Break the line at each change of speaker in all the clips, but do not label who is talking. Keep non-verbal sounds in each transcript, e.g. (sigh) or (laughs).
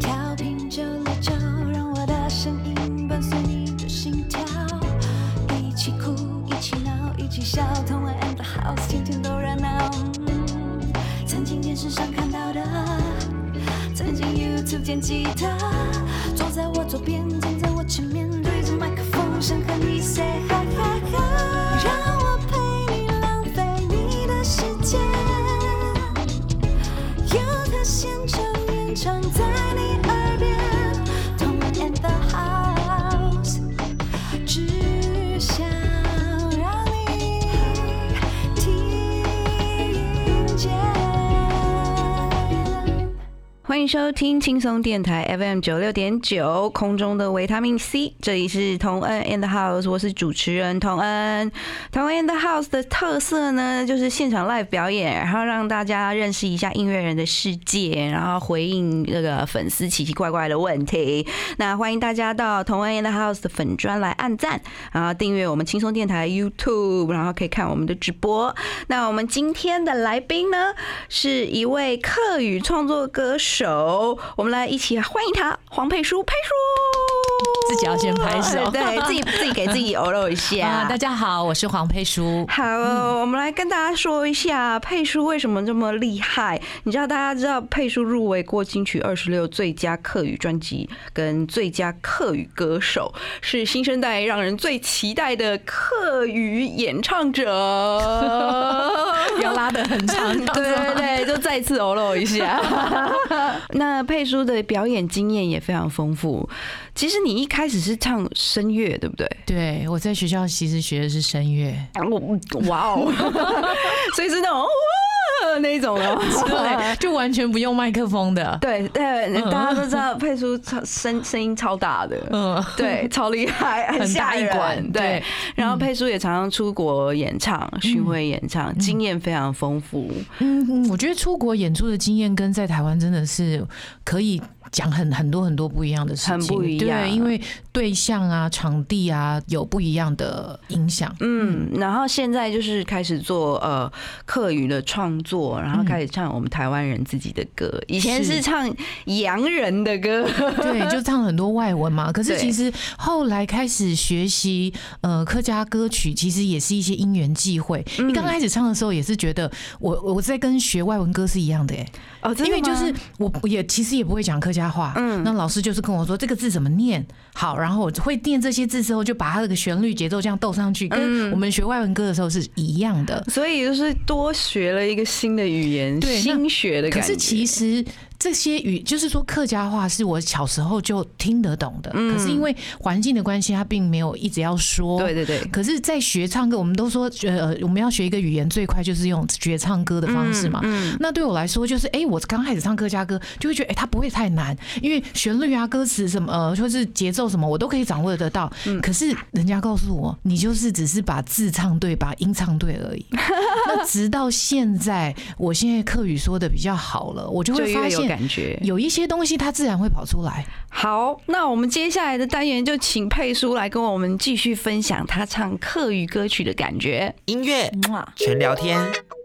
调频九六九，让我的声音伴随你的心跳，一起哭，一起闹，一起笑，同我 and the house，天天都热闹。嗯曾经电视上看到的，曾经 YouTube 点击的，坐在我左边，站在我前面，对着麦克风，想和你 say hi hi hi，让我陪你浪费你的时间。有个现场演唱在你耳边，Tom and the House，只想让你听见。
欢迎收听轻松电台 FM 九六点九空中的维他命 C，这里是同恩 and house，我是主持人同恩。同恩 and house 的特色呢，就是现场 live 表演，然后让大家认识一下音乐人的世界，然后回应那个粉丝奇奇怪怪的问题。那欢迎大家到同恩 and house 的粉专来按赞，然后订阅我们轻松电台 YouTube，然后可以看我们的直播。那我们今天的来宾呢，是一位客语创作歌手，我们来一起欢迎他，黄佩舒，佩舒，
自己要先拍
(laughs)
手
对自己自己给自己偶露一
啊，
下。
大家好，我是黄佩
(laughs)
舒。
好，我们来跟大家说一下佩舒为什么这么厉害。你知道大家知道佩舒入围过金曲二十六最佳客语专辑跟最佳客语歌手，是新生代让人最期待的客语演唱者。
要拉的很长
(laughs) 对对对，就再次偶露一下。 (laughs) 那佩舒的表演经验也非常丰富。其实你一开始是唱声乐，对不对？
对，我在学校其实学的是
(laughs)
声乐，
我哇哦， (laughs) 所以是那种哇那一种的。
对，就完全不用麦克风的。
对对，大家都知道佩舒超声声音超大的，
嗯，
对，超厉害，
很
吓
大一
人
管，
对
对，
然后佩舒也常常出国演唱、巡回演唱，经验非常丰富。
嗯，我觉得出国演出的经验跟在台湾真的是可以讲很很多很多不一样的事情，
很不一样
对，因为对象啊、场地啊有不一样的
(laughs)
影响。
嗯，然后现在就是开始做呃客语的创作，然后开始唱我们台湾人自己的歌。以前是
是
唱洋人的歌，
嗯对，就唱很多外文嘛。可是
对
其实后来开始学习呃客家歌曲，其实也是一些因缘际会。
嗯
你刚开始唱的时候也是觉得我我在跟学外文歌是一样的哎、
哦，真的
因为就
吗
是我我也其实也不会讲客家话，
嗯
那老师就是跟我说这个字怎么念好，然后我会念这些字之后，就把它那个旋律节奏这样斗上去，
嗯
跟我们学外文歌的时候是一样的。
所以就是多学了一个新的语言，
对那
新学的
可
感觉。
是其实这些语，就是说客家话是我小时候就听得懂的，
嗯
可是因为环境的关系，他并没有一直要说。
对对对，
可是，在学唱歌，我们都说，呃，我们要学一个语言，最快就是用学唱歌的方式嘛。
嗯，
那对我来说，就是哎、诶我刚开始唱客家歌，就会觉得哎、诶它不会太难，因为旋律啊、歌词什么，呃，或是节奏什么，我都可以掌握得到。
嗯
可是人家告诉我，你就是只是把字唱对，把音唱对而已。那直到现在，我现在客语说的比较好了，我就
就
会发
越有
现
感觉。
有一些东西它自然会跑出来。
好，那我们接下来的单元就请佩叔来跟我们继续分享他唱客语歌曲的感觉。
音乐
嗯
全聊天，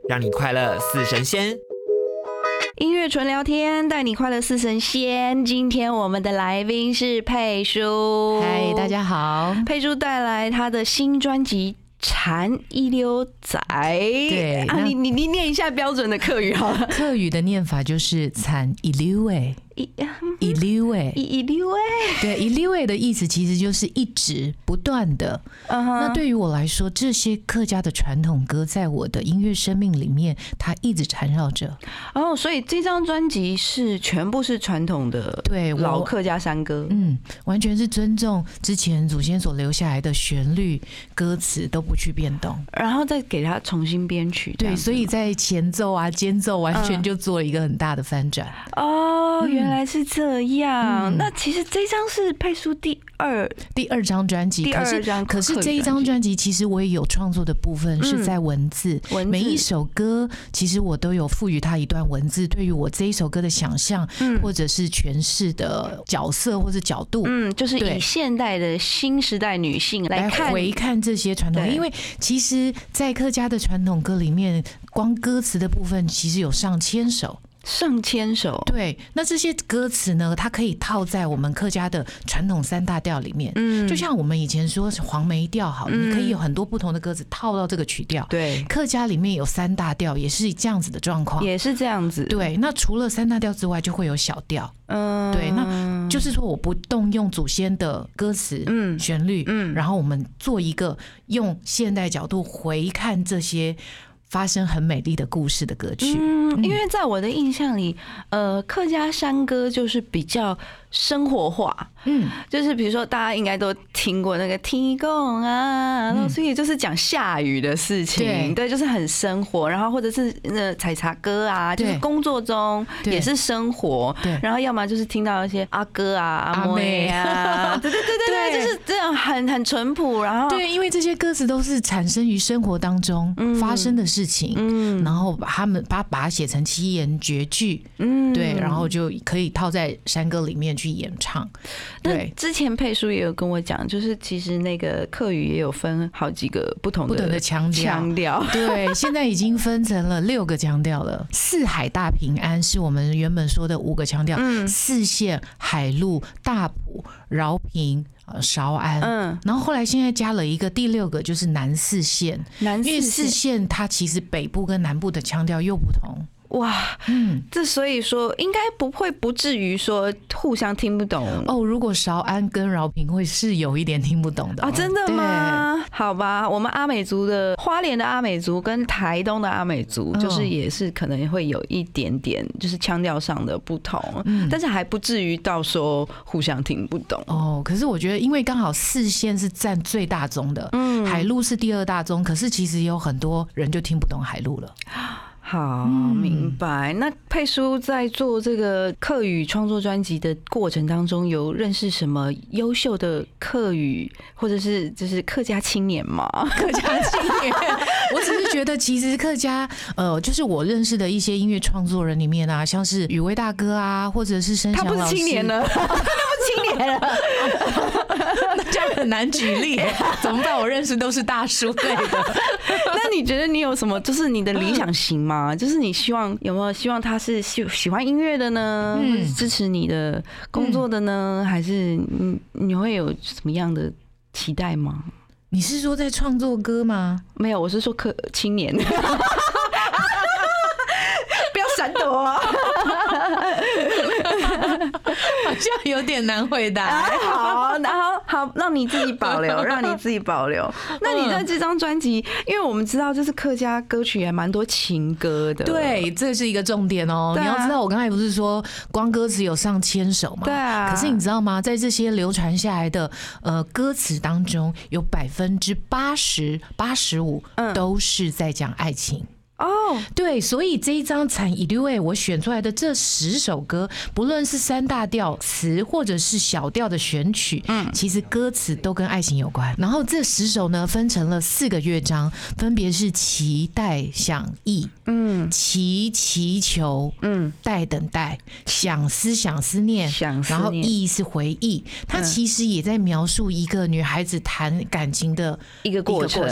让你快乐似神仙。
音乐纯聊天，带你快乐似神仙。今天我们的来宾是佩叔，
嗨，大。家好。
佩叔带来他的新专辑《馋一溜仔》。
对
啊，
那
你你你念一下标准的客语好了。
客语的念法就是“惨一溜哎，
一
(laughs) 一溜哎
一，一溜哎，
对，一溜哎的意思其实就是一直不断的，
嗯哼
那对于我来说，这些客家的传统歌在我的音乐生命里面，它一直缠绕着。
哦，所以这张专辑是全部是传统的
对我
老客家山歌。
嗯，完全是尊重之前祖先所留下来的旋律、歌词都不去变动。
然后再给它重新编曲这样
对，
子，
所以在前奏啊、间奏完全
嗯
就做了一个很大的翻转。
哦，原来是这样。
嗯
那其实这张是佩叔第二
第二张专辑，
第
可
二
是
张客
可
语专辑，
是这一张专辑，其实我也有创作的部分
嗯
是在文字，
文字
每一首歌其实我都有赋予它一段文字，对于我这一首歌的想象，
嗯
或者是诠释的角色或是角度，
嗯，就是以
对
现代的新时代女性来看，
回看这些传统，
对
因为其实，在客家的传统歌里面，光歌词的部分其实有上千首，
上千首，
对，那这些歌词呢，它可以套在我们客家的传统三大调里面。
嗯
就像我们以前说是黄梅调好，
嗯
你可以有很多不同的歌词套到这个曲调。
对，
客家里面有三大调，也是这样子的状况。
也是这样子，，
对，那除了三大调之外，就会有小调，
嗯，
对那就是说我不动用祖先的歌词、
嗯
旋律，
嗯
然后我们做一个用现代角度回看这些发生很美丽的故事的歌曲。
嗯，因为在我的印象里，呃，客家山歌就是比较生活化，
嗯，
就是比如说大家应该都听过那个提供啊，
嗯
所以就是讲下雨的事情，
对
就是很生活，然后或者是呃采茶歌啊，就是
对
工作中
对
也是生活，
对
然后要么就是听到一些阿哥啊、
阿
阿妹啊， (laughs) 对对对对对，
(laughs) 对
就是这样很很淳朴，然后
对，因为这些歌词都是产生于生活当中
嗯
发生的事情，
嗯
然后把他们把把它写成七言绝句，
嗯
对，然后就可以套在山歌里面去演唱。
那
对，
之前佩叔也有跟我讲，就是其实那个客语也有分好几个不同
不同的
的
腔调。 (laughs)
腔调，
对，现在已经分成了六个腔调了。四海大平安是我们原本说的五个腔调，
嗯
四县、海陆、大埔、饶平、呃韶安。
嗯，
然后后来现在加了一个第六个，就是南四县，
南
因为
四
四
县
县它其实北部跟南部的腔调又不同。
哇，
嗯，
这所以说应该不会不至于说互相听不懂
哦，如果韶安跟饶平会是有一点听不懂的哦
啊，真的？吗？好吧，我们阿美族的花莲的阿美族跟台东的阿美族，
嗯
就是也是可能会有一点点就是腔调上的不同，
嗯
但是还不至于到说互相听不懂
对。哦，可是我觉得，因为刚好四县是占最大宗的，
嗯
海陆是第二大宗，可是其实有很多人就听不懂海陆了。 (laughs)
好，
嗯
明白。那佩叔在做这个客语创作专辑的过程当中，有认识什么优秀的客语或者是就是客家青年吗？
客家青年， (laughs) 我只是觉得其实客家，呃，就是我认识的一些音乐创作人里面啊，像是雨薇大哥啊，或者是申
他
翔
不
老
是
师，
青年，
(laughs)
了， (laughs) 他不是青年了。
这样很难举例， (laughs) 怎么办？我认识都是大 (laughs) 叔类的。
那你觉得你有什么就是你的理想型吗？就是你希望有没有希望他是喜喜欢音乐的呢？或
嗯
者是支持你的工作的呢？还是你你会有什么样的期待吗？
你是说在创作歌吗？
没有，我是说客青 (laughs) 年。不要闪躲啊！
好像有点难回答。
哎好，然后 (laughs) 好，让你自己保留， (laughs) 让你自己保留。那你在这张专辑，因为我们知道，就是客家歌曲还蛮多情歌的，
对，这是一个重点哦。
对
你
啊
要知道，我刚才不是说光歌词有上千首嘛？
对啊。
可是你知道吗？在这些流传下来的呃歌词当中，有百分之八十、八十五
嗯
都是在讲爱情。
哦，
对，所以这一张《产以绿味》，我选出来的这十首歌，不论是三大调词或者是小调的选曲，嗯，其实歌词都跟爱情有关。然后这十首呢，分成了四个乐章，分别是期待、想意、
嗯
祈祈求、
嗯，
待等待、想思想思念。
想思
然后
念
意是回忆，它
嗯
其实也在描述一个女孩子谈感情的
一个
一个
过程，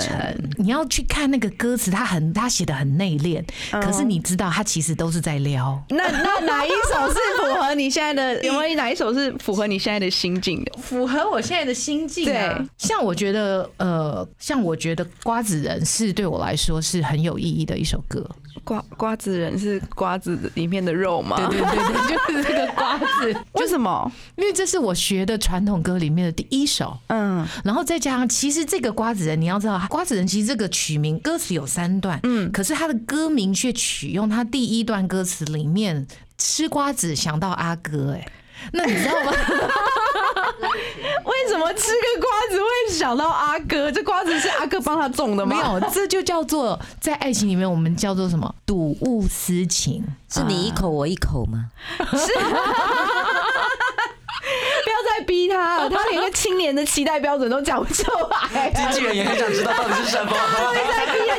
你要去看那个歌词，它很它写的很内敛，可是你知道它其实都是在撩。
那那哪一首是符合你现在的？有没有哪一首是符合你现在的心境的？
符合我现在的心境
啊
对，像我觉得，呃，像我觉得《瓜子人》是对我来说是很有意义的一首歌。
瓜瓜子仁是瓜子里面的肉吗？
对对对，就是这个瓜
(laughs)
子，
为什么？
因为这是我学的传统歌里面的第一首。
嗯
然后再加上，其实这个瓜子人，你要知道，瓜子人其实这个曲名歌词有三段，嗯，可是他的歌名却取用他第一段歌词里面吃瓜子想到阿哥、哎。那你知道吗？
为什么吃个瓜子会想到阿哥？这瓜子是阿哥帮他种的吗？
没有，这就叫做在爱情里面，我们叫做什么？睹物思情。
是你一口我一口吗？
是，不要再逼
哦
他，他连个青年的期待标准都讲不出来。
(laughs)
经纪人也很想知道到底是什么。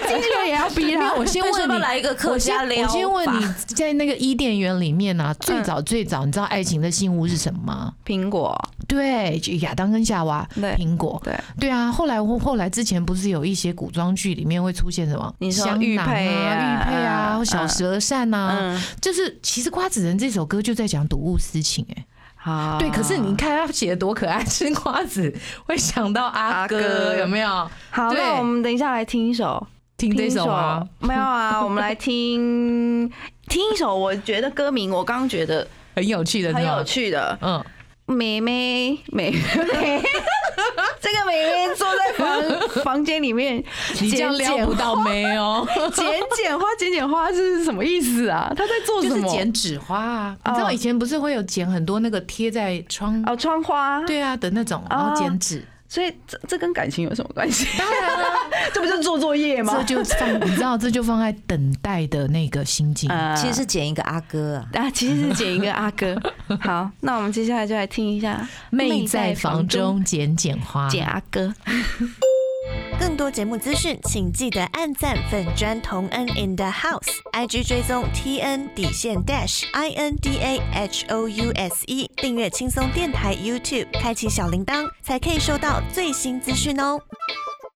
经纪人也要逼
没有
他，
我先
为什
问
么
你，
来一个客
我
家
先
疗
我先问你
法，
在那个伊甸园里面
嗯
啊，最早最早，你知道爱情的信物是什么吗？
苹果
对，就亚当跟夏娃，
对
苹果，
对，
对啊。后来后来之前不是有一些古装剧里面会出现什么？
你说
香
玉
囊
佩啊
啊，玉佩啊，
嗯
或小蛇扇啊，
嗯，
就是其实瓜子仁这首歌就在讲睹物思情，哎，
好，
对。可是你看他写的多可爱，吃瓜子会想到阿
阿
哥，
哥
有没有？
好，
对
那我们等一下来听一首，
听这首吗？
听一首？没有啊，我们来听听一首，我觉得歌名我刚觉得
很有趣的，
很
是吗
有。趣的，
嗯，
妹
(laughs)
妹，妹妹， (laughs) 这个妹妹坐在房
(laughs)
房间里面，
你这样撩不到妹哦， (laughs)
(laughs) 剪剪花，剪剪花是什么意思啊？她在做
就
什
是
么？
剪纸花啊。你知
哦
道以前不是会有剪很多那个贴在窗
哦，窗花。，
对啊的那种，然后剪纸。
所以这这跟感情有什么关系？
当然了，
(laughs) 这不就是做作业
这
吗？
就放你知道，这就放在等待的那个心境。
呃
其实是捡一个阿哥啊，
啊，其实是剪一个阿 (laughs) 哥。好，那我们接下来就来听一下
妹在房中剪剪花，
剪阿哥。
更多节目资讯，请记得按赞粉砖同恩 in the house，IG 追踪 T N 底线 dash I N D A H O U S E，订阅轻松电台 YouTube，开启小铃铛，才可以收到最新资讯哦。